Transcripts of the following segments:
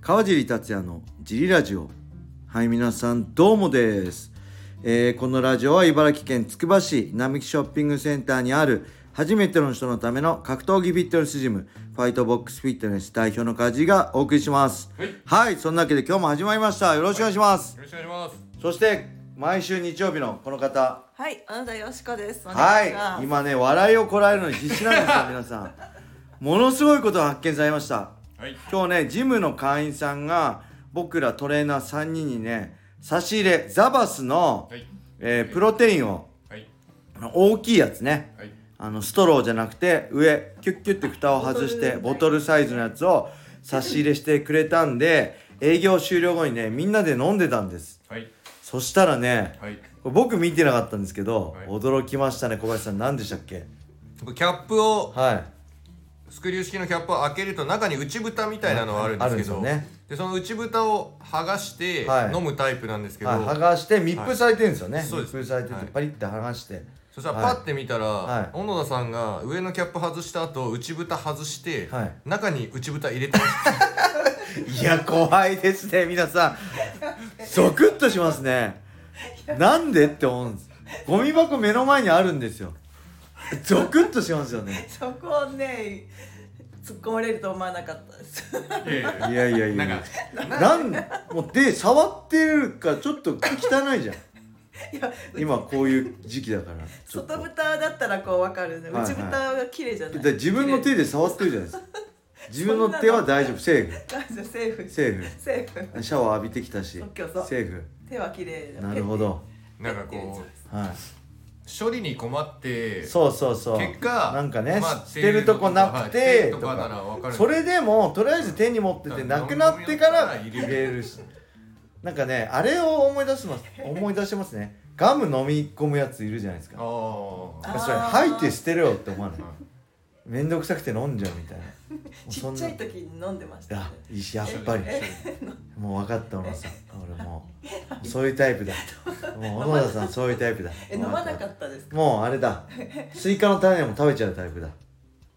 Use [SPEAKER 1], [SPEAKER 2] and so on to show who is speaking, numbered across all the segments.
[SPEAKER 1] 川尻達也のジリラジオはい皆さんどうもです、えーこのラジオは茨城県つくば市並木ショッピングセンターにある初めての人のための格闘技フィットネスジムファイトボックスフィットネス代表の梶井がお送りします
[SPEAKER 2] はい
[SPEAKER 1] はいそんなわけで今日も始まりましたよろしくお願いします
[SPEAKER 2] よろしくお願いします。
[SPEAKER 1] そして毎週日曜日のこの方
[SPEAKER 3] はい、あなたよしこです。お願いしま
[SPEAKER 1] は
[SPEAKER 3] す
[SPEAKER 1] い、今ね笑いをこらえるのに必死なんですよ皆さんものすごいことが発見されました
[SPEAKER 2] はい。
[SPEAKER 1] 今日ねジムの会員さんが僕らトレーナー3人にね差し入れザバスの、
[SPEAKER 2] はい。
[SPEAKER 1] えープロテインを
[SPEAKER 2] はい。
[SPEAKER 1] あの大きいやつね
[SPEAKER 2] はい。
[SPEAKER 1] あのストローじゃなくて上キュッキュッて蓋を外してボトルサイズのやつを差し入れしてくれたんで営業終了後にねみんなで飲んでたんです
[SPEAKER 2] はい。
[SPEAKER 1] そしたらね
[SPEAKER 2] はい。
[SPEAKER 1] 僕見てなかったんですけど、
[SPEAKER 2] はい
[SPEAKER 1] 驚きましたね小林さん何でしたっけ
[SPEAKER 4] キャップを
[SPEAKER 1] はい
[SPEAKER 4] スクリュー式のキャップを開けると中に内蓋みたいなのがあるんですけ
[SPEAKER 1] あ
[SPEAKER 4] ど
[SPEAKER 1] るんですよね
[SPEAKER 4] でその内蓋を剥がして
[SPEAKER 1] はい
[SPEAKER 4] 飲むタイプなんですけど、
[SPEAKER 1] はい、剥がして密封されてるんですよね、
[SPEAKER 4] はいそうで
[SPEAKER 1] 密
[SPEAKER 4] す
[SPEAKER 1] 封されてて、
[SPEAKER 4] はい
[SPEAKER 1] パリッて剥がして
[SPEAKER 4] そしたらパ
[SPEAKER 1] はい
[SPEAKER 4] ッて見たら、
[SPEAKER 1] はい
[SPEAKER 4] 小野田さんが上のキャップ外した後内蓋外して、
[SPEAKER 1] はい
[SPEAKER 4] 中に内蓋入れてました
[SPEAKER 1] いや怖いですね皆さんゾクッとしますねなんでって思うんですゴミ箱目の前にあるんですよゾクッとしますよね
[SPEAKER 3] そこをね、突っ込まれると思わなかったです。
[SPEAKER 2] いやいや
[SPEAKER 1] いやいやい
[SPEAKER 2] な
[SPEAKER 1] や
[SPEAKER 2] んか
[SPEAKER 1] なんもうで触ってるからちょっと汚いじゃん
[SPEAKER 3] いや、
[SPEAKER 1] 今こういう時期だからちょっと
[SPEAKER 3] 外蓋だったらこうわかるね。
[SPEAKER 1] はいはい
[SPEAKER 3] 内蓋が綺麗じゃない。
[SPEAKER 1] だから自分の手で触ってるじゃないですか自分の手は大丈夫セーフ
[SPEAKER 3] 綺麗。大丈夫セーフ。
[SPEAKER 1] セーフ
[SPEAKER 3] セーフ。
[SPEAKER 1] シャワー浴びてきたし
[SPEAKER 3] そう今日そう
[SPEAKER 1] セーフ
[SPEAKER 3] 手は綺麗だ。
[SPEAKER 1] なるほど
[SPEAKER 4] なんかこう
[SPEAKER 1] は
[SPEAKER 4] 処理に困って
[SPEAKER 1] いそうそうそう
[SPEAKER 4] 結果
[SPEAKER 1] なんかね、
[SPEAKER 4] まあ
[SPEAKER 1] 捨てるとこなく
[SPEAKER 4] はい捨て
[SPEAKER 1] て
[SPEAKER 4] る
[SPEAKER 1] と
[SPEAKER 4] と
[SPEAKER 1] か
[SPEAKER 4] こならわかる
[SPEAKER 1] それでもとりあえず手に持ってて
[SPEAKER 4] うん
[SPEAKER 1] なくなってから
[SPEAKER 4] 飲み
[SPEAKER 1] 入
[SPEAKER 4] 物入
[SPEAKER 1] れるしなんかねあれを思い出します思い出しますねガム飲み込むやついるじゃないです
[SPEAKER 4] あ
[SPEAKER 1] か
[SPEAKER 4] ー
[SPEAKER 1] それ
[SPEAKER 3] あー
[SPEAKER 1] 吐いて捨てろよって思わない
[SPEAKER 4] うん
[SPEAKER 1] めんどくさくて飲んじゃうみたいなもう
[SPEAKER 3] ち
[SPEAKER 1] そ
[SPEAKER 3] っ
[SPEAKER 1] ん
[SPEAKER 3] ち
[SPEAKER 1] な
[SPEAKER 3] ゃい時に飲んでました、ね
[SPEAKER 1] あ。いいしやっぱりもう分かった小野田 さん俺もうそういうタイプだもう小野田さんそういうタイプだ
[SPEAKER 3] え、飲まなかったですか。
[SPEAKER 1] もうあれだスイカの種も食べちゃうタイプだ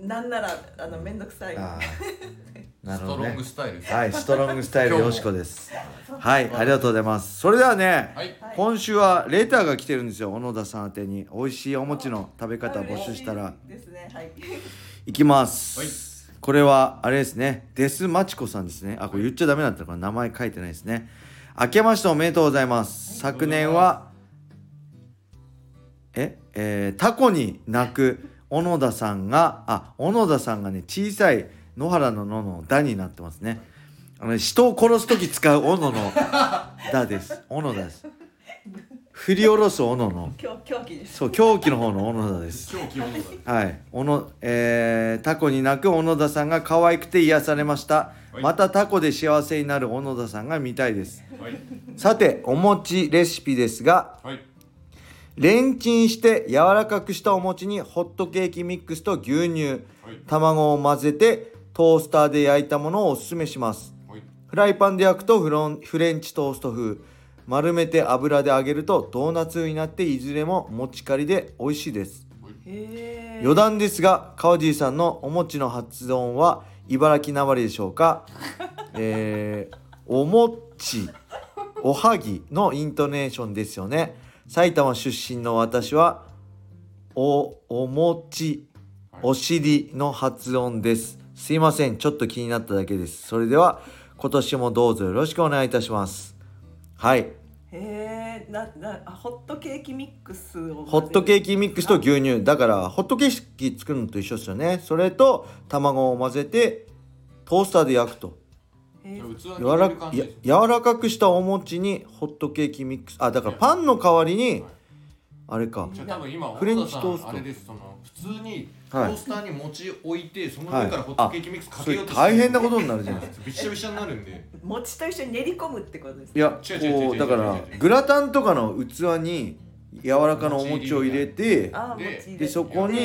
[SPEAKER 3] なんならあのめんどくさい。
[SPEAKER 1] ああなる
[SPEAKER 4] スト
[SPEAKER 1] ほど
[SPEAKER 4] ロン
[SPEAKER 1] ね
[SPEAKER 4] グスタイルです
[SPEAKER 1] はいストロングスタイル
[SPEAKER 4] 今日も
[SPEAKER 1] よしこですはいありがとうございますそれではね、
[SPEAKER 4] はい
[SPEAKER 3] はい
[SPEAKER 1] 今週はレターが来てるんですよ小野田さん宛てに美味しいお餅の食べ方募集したら
[SPEAKER 3] 嬉しいですね。はい。
[SPEAKER 1] いきます、これはあれですねデスマチコさんですねあこれ言っちゃダメなんだったこれ名前書いてないですね明けましておめでとうございます昨年はええータコに泣く小野田さんがあ小野田さんがね小さい野原の野の「だ」になってますねあの人を殺す時使う小野の「だ」です小野田です振り下ろす小野の
[SPEAKER 3] 狂狂気です。
[SPEAKER 1] そう狂気の方の小野田です
[SPEAKER 2] 超気温だ。
[SPEAKER 1] はい、小野えータコに泣く小野田さんが可愛くて癒されました、
[SPEAKER 2] はい
[SPEAKER 1] またタコで幸せになる小野田さんが見たいです
[SPEAKER 2] はい。
[SPEAKER 1] さてお餅レシピですが
[SPEAKER 2] はい。
[SPEAKER 1] レンチンして柔らかくしたお餅にホットケーキミックスと牛乳
[SPEAKER 2] はい
[SPEAKER 1] 卵を混ぜてトースターで焼いたものをおすすめします
[SPEAKER 2] はい。
[SPEAKER 1] フライパンで焼くとフロンフレンチトースト風丸めて油で揚げるとドーナツ風になっていずれも持ち帰りで美味しいです
[SPEAKER 3] へえ。
[SPEAKER 1] 余談ですが川尻さんのお餅の発音は茨城なまりでしょうかえー、お餅おはぎのイントネーションですよね埼玉出身の私はおお餅お尻の発音ですすいませんちょっと気になっただけですそれでは今年もどうぞよろしくお願いいたしますはい
[SPEAKER 3] へえ。ななあホットケーキミックスを混ぜて。
[SPEAKER 1] ホットケーキミックスと牛乳だからホットケーキ作るのと一緒ですよねそれと卵を混ぜてトースターで焼くと
[SPEAKER 3] へえ。
[SPEAKER 2] 器に
[SPEAKER 1] 柔
[SPEAKER 2] 入
[SPEAKER 1] ら
[SPEAKER 2] れる感
[SPEAKER 1] か
[SPEAKER 2] じ
[SPEAKER 1] や
[SPEAKER 2] です。
[SPEAKER 1] 柔らかくしたお餅にホットケーキミックスあだからパンの代わりにあれか
[SPEAKER 2] じゃあ多分今
[SPEAKER 1] フレンチトースト
[SPEAKER 4] あれですその普通にト
[SPEAKER 1] はい
[SPEAKER 4] ースターに餅置いてその
[SPEAKER 1] はい
[SPEAKER 4] 上からホッ
[SPEAKER 1] あ
[SPEAKER 4] トケーキミックスか
[SPEAKER 1] そ
[SPEAKER 4] け
[SPEAKER 1] れ
[SPEAKER 4] ようとして
[SPEAKER 1] 大変なことになるじゃないですか
[SPEAKER 4] びっしゃびしゃになるんで
[SPEAKER 3] 餅と一緒に練り込むってことです
[SPEAKER 1] い
[SPEAKER 3] ね。
[SPEAKER 1] や
[SPEAKER 2] 違う違う違う
[SPEAKER 1] こ
[SPEAKER 2] 違
[SPEAKER 1] う
[SPEAKER 2] う
[SPEAKER 1] だからグラタンとかの器に柔らかなお餅を入れて
[SPEAKER 3] あー、
[SPEAKER 2] で
[SPEAKER 3] 餅入れ
[SPEAKER 1] でそこに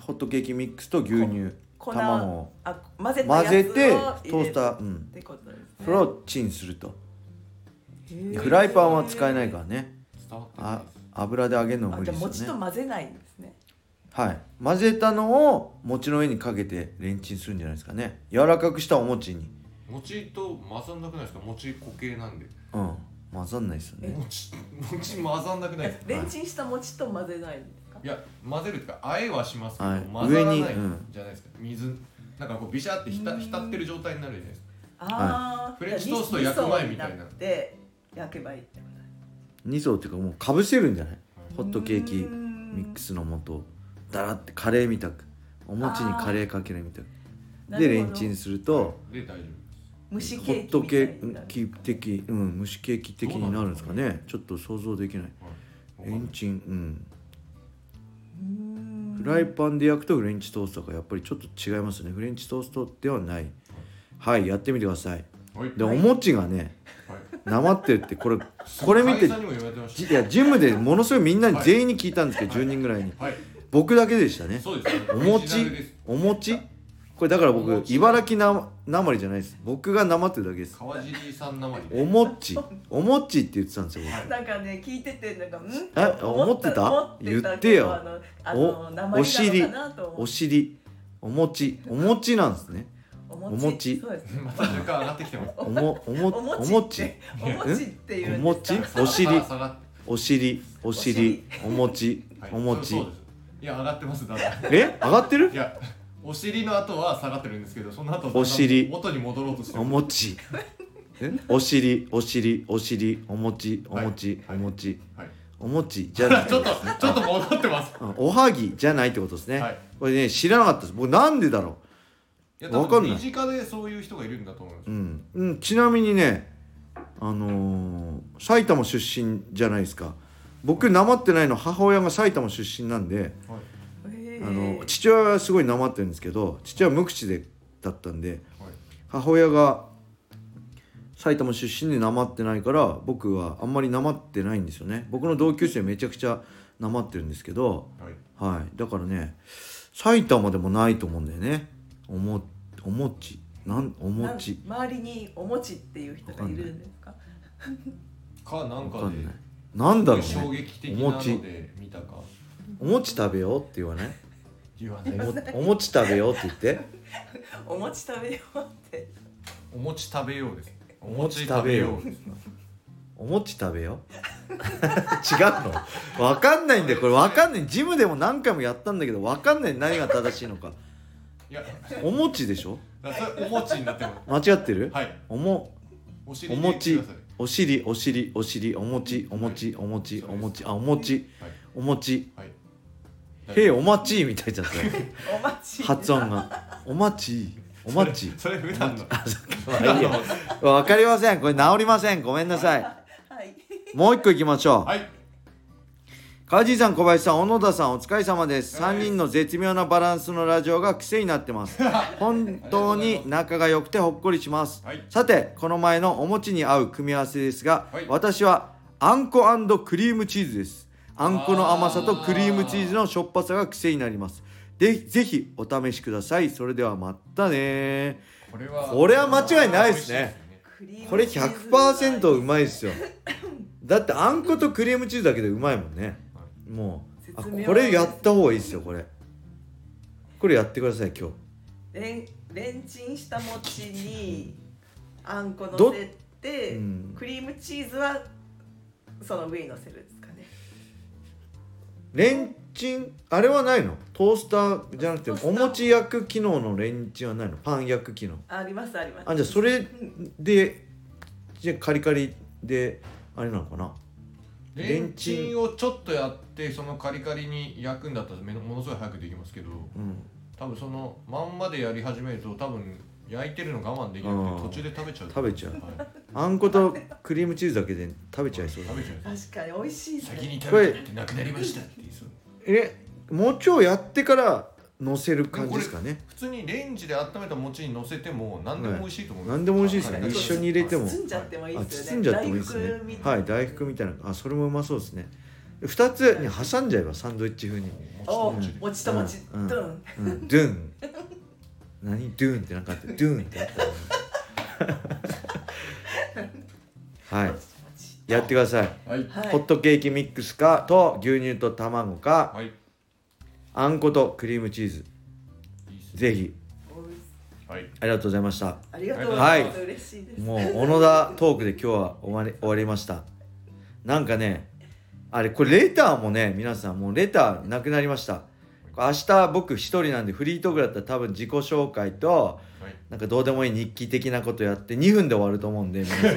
[SPEAKER 1] ホットケーキミックスと牛乳
[SPEAKER 3] 粉
[SPEAKER 1] 卵を
[SPEAKER 3] あ混ぜたや
[SPEAKER 1] 混
[SPEAKER 3] つを
[SPEAKER 1] ぜてト
[SPEAKER 3] 入れ
[SPEAKER 1] ー
[SPEAKER 3] る
[SPEAKER 1] スター、うん
[SPEAKER 3] っ、てことですね
[SPEAKER 1] それをチンすると。
[SPEAKER 3] へー
[SPEAKER 1] フライパンは使えないからね
[SPEAKER 2] 伝わって
[SPEAKER 1] あ
[SPEAKER 2] ま
[SPEAKER 1] 油で揚げるのは
[SPEAKER 3] あ
[SPEAKER 1] 無
[SPEAKER 3] じ
[SPEAKER 1] 理
[SPEAKER 3] ゃあ
[SPEAKER 1] で
[SPEAKER 3] 餅
[SPEAKER 1] す
[SPEAKER 3] と
[SPEAKER 1] よね
[SPEAKER 3] 混ぜないんですね
[SPEAKER 1] はい混ぜたのを餅の上にかけてレンチンするんじゃないですかね柔らかくしたお餅に
[SPEAKER 4] 餅と混ざんなくないですか餅固形なんで
[SPEAKER 1] うん混ざんないですよね
[SPEAKER 4] 餅 餅混ざんなくないですか
[SPEAKER 3] レンチンした餅と混ぜない
[SPEAKER 4] いや混ぜるっていうかあえはしますけど、
[SPEAKER 1] はい
[SPEAKER 4] 混ざらない
[SPEAKER 1] 上にうん
[SPEAKER 4] じゃないですか、水なんかこうビシャってひた浸ってる状態になるじゃないですか
[SPEAKER 3] ああ
[SPEAKER 4] フレンチトースト焼く前みたいな
[SPEAKER 3] で焼けばいいってこ
[SPEAKER 1] 2層っていうかもうかぶせるんじゃないホ
[SPEAKER 3] と
[SPEAKER 1] ットケーキミ
[SPEAKER 3] ミ
[SPEAKER 1] ックスの素だらってカレーみたくお餅にカレーかけるみたくでレンチンすると
[SPEAKER 4] で大丈
[SPEAKER 3] 蒸し
[SPEAKER 1] ホ
[SPEAKER 3] ケー
[SPEAKER 1] ッ
[SPEAKER 3] キ
[SPEAKER 1] ト
[SPEAKER 3] みた
[SPEAKER 1] ケ
[SPEAKER 3] いにな
[SPEAKER 1] ーキ
[SPEAKER 3] る
[SPEAKER 1] 的うん蒸しケーキ的になるんですかねちょっと想像できない
[SPEAKER 4] 夫
[SPEAKER 1] レンチンうん
[SPEAKER 3] うーん
[SPEAKER 1] フライパンで焼くとフレンチトーストがやっぱりちょっと違いますねフレンチトーストではないはいやってみてください
[SPEAKER 4] はい
[SPEAKER 1] で
[SPEAKER 4] はい
[SPEAKER 1] お餅がねなまってるってこれこれ見
[SPEAKER 4] 会員
[SPEAKER 1] て
[SPEAKER 4] さんにも言われてまし
[SPEAKER 1] じいやジムでものすごいみんなに全員に聞いたんですけど
[SPEAKER 4] はい
[SPEAKER 1] 10人ぐらいに
[SPEAKER 4] たはい
[SPEAKER 1] 僕だけでしたね
[SPEAKER 4] そうです
[SPEAKER 1] お
[SPEAKER 4] オリジ
[SPEAKER 1] 餅
[SPEAKER 4] ナルです
[SPEAKER 1] お餅これだから
[SPEAKER 4] お
[SPEAKER 1] 僕
[SPEAKER 4] 餅
[SPEAKER 1] 茨城ななまりじゃないです僕がなまってるだけです
[SPEAKER 4] 川尻さん生で
[SPEAKER 1] お餅お餅って言ってたんですよ僕
[SPEAKER 3] なんかね聞いててなんかうん
[SPEAKER 1] え思ってた
[SPEAKER 3] 思ってた
[SPEAKER 1] 言ってよ
[SPEAKER 3] あのあの
[SPEAKER 1] お
[SPEAKER 3] 名前なのかなと思
[SPEAKER 1] お
[SPEAKER 3] って
[SPEAKER 1] 尻お餅お餅なんですね
[SPEAKER 3] お
[SPEAKER 1] お餅
[SPEAKER 3] そうです
[SPEAKER 4] また中間上がってきてます
[SPEAKER 1] おもおも
[SPEAKER 3] お
[SPEAKER 1] お
[SPEAKER 3] 餅っ
[SPEAKER 1] 餅
[SPEAKER 3] てお餅っていう
[SPEAKER 1] お
[SPEAKER 3] んです
[SPEAKER 1] 餅
[SPEAKER 3] か
[SPEAKER 1] お尻
[SPEAKER 4] 下が下がって
[SPEAKER 1] お尻お尻お餅
[SPEAKER 4] はい
[SPEAKER 1] お
[SPEAKER 4] そう
[SPEAKER 1] 餅
[SPEAKER 4] そうですいや上がってますだんだん
[SPEAKER 1] え上がってる
[SPEAKER 4] いやお尻の後は下がってるんですけどその後だんだん
[SPEAKER 1] お尻
[SPEAKER 4] 元に戻ろうとして
[SPEAKER 1] お
[SPEAKER 4] る
[SPEAKER 1] 餅えお尻お尻お尻お餅お餅お
[SPEAKER 4] はい
[SPEAKER 1] 餅
[SPEAKER 4] はい
[SPEAKER 1] お餅
[SPEAKER 4] ち
[SPEAKER 1] じ
[SPEAKER 4] ょ
[SPEAKER 1] ゃ
[SPEAKER 4] っ
[SPEAKER 1] ない
[SPEAKER 4] とちょっと戻ってます
[SPEAKER 1] うんおはぎじゃないってことですね、
[SPEAKER 4] はい
[SPEAKER 1] これね知らなかったです僕なんでだろ
[SPEAKER 4] いや
[SPEAKER 1] わ
[SPEAKER 4] 多
[SPEAKER 1] かん
[SPEAKER 4] 分
[SPEAKER 1] ない
[SPEAKER 4] 身近でそういう人がいるんだと思います
[SPEAKER 1] う、うん、うん、ちなみにねあのー埼玉出身じゃないですか僕なまってないの母親が埼玉出身なんで、
[SPEAKER 4] はい
[SPEAKER 3] へー
[SPEAKER 1] あの父親はすごいなまってるんですけど父親は無口でだったんで
[SPEAKER 4] はい
[SPEAKER 1] 母親が埼玉出身でなまってないから僕はあんまりなまってないんですよね僕の同級生めちゃくちゃなまってるんですけど
[SPEAKER 4] はい、
[SPEAKER 1] はい、だからね埼玉でもないと思うんだよねおもお餅なんお餅
[SPEAKER 3] なん周りにお餅っていう人がいるんですか
[SPEAKER 4] かなん
[SPEAKER 1] わか
[SPEAKER 4] かで
[SPEAKER 1] んないなんだろう
[SPEAKER 4] 衝
[SPEAKER 1] ね
[SPEAKER 4] 撃的なので見たか
[SPEAKER 1] お餅食べようって言わない
[SPEAKER 4] 言わ
[SPEAKER 1] お
[SPEAKER 4] ない
[SPEAKER 1] もお餅食べようって言って
[SPEAKER 3] お餅食べようって
[SPEAKER 4] お餅食べようですお
[SPEAKER 1] 餅食べよう
[SPEAKER 4] 餅食べよ
[SPEAKER 1] お餅食べよう 違うのわかんないんだよこれわかんないジムでも何回もやったんだけどわかんない何が正しいのか
[SPEAKER 4] ういや
[SPEAKER 1] お餅でしょ
[SPEAKER 4] だからそれお餅になってま
[SPEAKER 1] 間違ってる、
[SPEAKER 4] すはい
[SPEAKER 1] おも
[SPEAKER 4] お尻
[SPEAKER 1] お
[SPEAKER 4] で言って
[SPEAKER 1] 餅
[SPEAKER 4] ください
[SPEAKER 1] お尻お尻お尻お餅お餅お餅お餅あお餅お餅
[SPEAKER 4] はい
[SPEAKER 1] へえお待ちみたいじゃんそれ
[SPEAKER 3] お餅
[SPEAKER 1] 発音がお待ちお待ち
[SPEAKER 4] それそれ普段の
[SPEAKER 1] まあいいやわかりませんこれ治りませんごめんなさい
[SPEAKER 3] はい
[SPEAKER 1] もう一個いきましょう、
[SPEAKER 4] はい
[SPEAKER 1] 川地さん小林さん小野田さんお疲れ様です3人の絶妙なバランスのラジオが癖になってます 本当に仲が良くてほっこりします、
[SPEAKER 4] はい
[SPEAKER 1] さてこの前のお餅に合う組み合わせですが、
[SPEAKER 4] はい
[SPEAKER 1] 私はあんこクリームチーズですあんこの甘さとクリームチーズのしょっぱさが癖になりますでぜひお試しくださいそれではまたね
[SPEAKER 4] これは
[SPEAKER 1] これは間違いないですね
[SPEAKER 3] クリームチーズ
[SPEAKER 1] これ100%うまいですよだってあんことクリームチーズだけでうまいもんね
[SPEAKER 4] は
[SPEAKER 1] もうあ
[SPEAKER 3] 絶妙
[SPEAKER 1] これやった方がいいですよこれこれやってください今日
[SPEAKER 3] レンレンチンした餅にあんこ
[SPEAKER 1] ど
[SPEAKER 3] のせて、
[SPEAKER 1] うん
[SPEAKER 3] クリームチーズはその上にのせるんですかね
[SPEAKER 1] レンチンあれはないのトースターじゃなくて
[SPEAKER 3] トースター
[SPEAKER 1] お餅焼く機能のレンチンはないのパン焼く機能
[SPEAKER 3] ありますあります
[SPEAKER 1] あじゃあそれ
[SPEAKER 3] うん
[SPEAKER 1] でじゃあカリカリであれなのかな
[SPEAKER 4] レンチンをちょっとやってそのカリカリに焼くんだったらめものすごい早くできますけど
[SPEAKER 1] うん
[SPEAKER 4] 多分そのまんまでやり始めると多分焼いてるの我慢できな
[SPEAKER 1] あ
[SPEAKER 4] く
[SPEAKER 1] ー
[SPEAKER 4] て途中で食べちゃう
[SPEAKER 1] 食べちゃう
[SPEAKER 4] はい
[SPEAKER 1] あんことクリームチーズだけで食べちゃいそうだ
[SPEAKER 4] 食べちゃう
[SPEAKER 3] 確かに美味しいです
[SPEAKER 4] 先
[SPEAKER 3] ね
[SPEAKER 4] に食べてなくなりましたって言いそう
[SPEAKER 1] え餅をやってから乗せる感じですかね
[SPEAKER 4] 普通にレンジで温めた餅に乗せても何でも美味しいと思う、
[SPEAKER 1] 何でも美味しいですね
[SPEAKER 4] はい
[SPEAKER 1] 一緒に入れても
[SPEAKER 3] 包んじゃってもいい
[SPEAKER 1] あ
[SPEAKER 3] です
[SPEAKER 1] 包
[SPEAKER 3] よ
[SPEAKER 1] ん
[SPEAKER 3] ね
[SPEAKER 1] じゃってもいいですね
[SPEAKER 3] 大福みた
[SPEAKER 1] はい大福みたいなあそれもうまそうですね2つに挟んじゃえばサンドイッチ風に、
[SPEAKER 3] お
[SPEAKER 4] 餅と餅
[SPEAKER 3] 餅と餅
[SPEAKER 1] うん
[SPEAKER 3] ドン
[SPEAKER 1] うん、ドゥン何ドゥンってなんかあってドゥンってあったよねはいやってください、
[SPEAKER 4] はい
[SPEAKER 3] はい
[SPEAKER 1] ホットケーキミックスかと牛乳と卵か、
[SPEAKER 4] はい
[SPEAKER 1] あんことクリームチーズ
[SPEAKER 4] いいっすね
[SPEAKER 1] ぜひ
[SPEAKER 3] 美味し
[SPEAKER 4] はい
[SPEAKER 1] ありがとうございました
[SPEAKER 3] ありがとうご
[SPEAKER 1] は
[SPEAKER 3] ざ
[SPEAKER 1] い
[SPEAKER 3] います、嬉しいです
[SPEAKER 1] もう小野田トークで今日は終わり終わりましたなんかねあれこれレターもね皆さんもうレターなくなりましたこれ明日僕一人なんでフリートークだったら多分自己紹介と
[SPEAKER 4] はい
[SPEAKER 1] なんかどうでもいい日記的なことやって2分で終わると思うんで皆 さん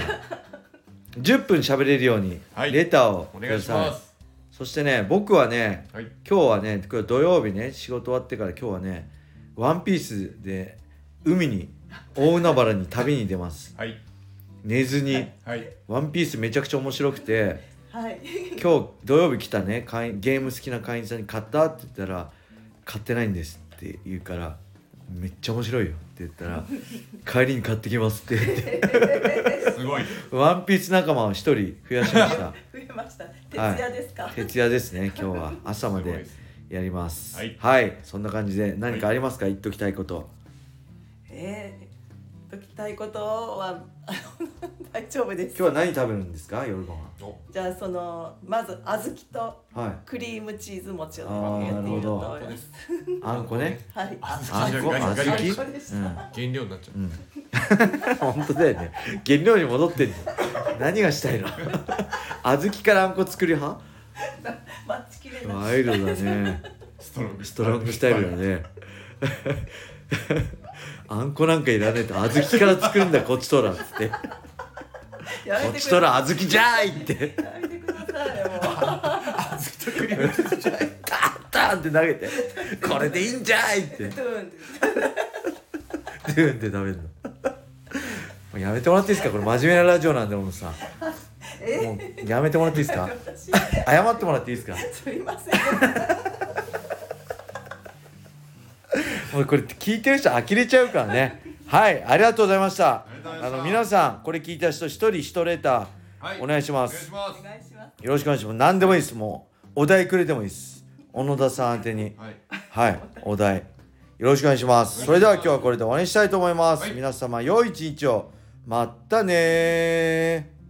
[SPEAKER 1] 10分喋れるように
[SPEAKER 4] はい
[SPEAKER 1] レターを
[SPEAKER 4] お
[SPEAKER 1] く
[SPEAKER 4] 願
[SPEAKER 1] だ
[SPEAKER 4] いし
[SPEAKER 1] さい,、
[SPEAKER 4] ます
[SPEAKER 1] そしてね僕はね
[SPEAKER 4] はい
[SPEAKER 1] 今日はねこれ土曜日ね仕事終わってから今日はねワンピースで海に大海原に旅に出ます
[SPEAKER 4] はい
[SPEAKER 1] 寝ずに
[SPEAKER 4] はい
[SPEAKER 1] 「ワンピースめちゃくちゃ面白くて
[SPEAKER 3] はい
[SPEAKER 1] 今日土曜日来たね会員ゲーム好きな会員さんに「買った?」って言ったら「買ってないんです」って言うから「めっちゃ面白いよ」って言ったら「帰りに買ってきます」って言って
[SPEAKER 4] すごい
[SPEAKER 1] 「ワンピース仲間を一人増やしました
[SPEAKER 3] 増えました徹夜ですか、
[SPEAKER 1] 徹夜ですね今日は朝ます
[SPEAKER 4] ごい
[SPEAKER 1] ですやります
[SPEAKER 4] はい
[SPEAKER 1] そんな感じで何かありますか、言っときたいこと
[SPEAKER 3] えー、解きたいことはあの 大丈夫で
[SPEAKER 1] 今
[SPEAKER 3] す
[SPEAKER 1] 日は何食べるんですか夜ご飯
[SPEAKER 4] お
[SPEAKER 3] じゃあそのまず小豆と
[SPEAKER 1] はい
[SPEAKER 3] クリームチーズ餅を
[SPEAKER 1] あー
[SPEAKER 3] やってみようと思
[SPEAKER 4] 本
[SPEAKER 3] い
[SPEAKER 4] 当
[SPEAKER 3] ま
[SPEAKER 4] ですす
[SPEAKER 1] あんこね
[SPEAKER 3] はいあ
[SPEAKER 1] あんこ
[SPEAKER 4] あ
[SPEAKER 1] あ
[SPEAKER 4] ず
[SPEAKER 1] ず
[SPEAKER 4] き
[SPEAKER 1] き
[SPEAKER 3] あんこでした
[SPEAKER 1] うん
[SPEAKER 4] 原料になっちゃ
[SPEAKER 1] うん 本当だよね原料に戻ってんの何が したいの小豆からあんこ作り派
[SPEAKER 3] 待ちきれない
[SPEAKER 1] ワイルドだね
[SPEAKER 4] うストロング
[SPEAKER 1] ストロングスタイルだね あんこなんかいらねえと小豆から作るんだこっちとらっつってこ
[SPEAKER 3] やめ
[SPEAKER 1] ってち
[SPEAKER 3] く
[SPEAKER 1] と
[SPEAKER 3] だ
[SPEAKER 1] ら
[SPEAKER 3] さ
[SPEAKER 1] 小豆じゃーいって
[SPEAKER 3] いやめてくだ さいも
[SPEAKER 1] ダーンって投げてこれでいいんじゃーいって
[SPEAKER 3] うドゥーンって
[SPEAKER 1] ドゥーンって食べるのもうやめてもらっていいですかこれ真面目なラジオなんでもうさもうやめてもらっていいですか
[SPEAKER 3] 私
[SPEAKER 1] 謝ってもらっていいですか
[SPEAKER 3] すいません
[SPEAKER 1] もうこれ聞いてる人呆れちゃうからねはいありがとうございました
[SPEAKER 4] りがとうござ
[SPEAKER 1] あ
[SPEAKER 4] いました
[SPEAKER 1] の皆さんこれ聞いた人一人一レタ
[SPEAKER 4] はい
[SPEAKER 1] ーお願いしま
[SPEAKER 4] お願いし
[SPEAKER 1] す、
[SPEAKER 4] ま
[SPEAKER 3] お
[SPEAKER 4] す
[SPEAKER 3] 願いします
[SPEAKER 1] よろしくお願いします何でもいいですもうお題くれてもいいです小野田さん宛てに
[SPEAKER 4] はい
[SPEAKER 1] はいお題よろしくお願いしますそれでは今日はこれで終わりにしたいと思います、
[SPEAKER 4] はい
[SPEAKER 1] 皆様良い一日をまったねー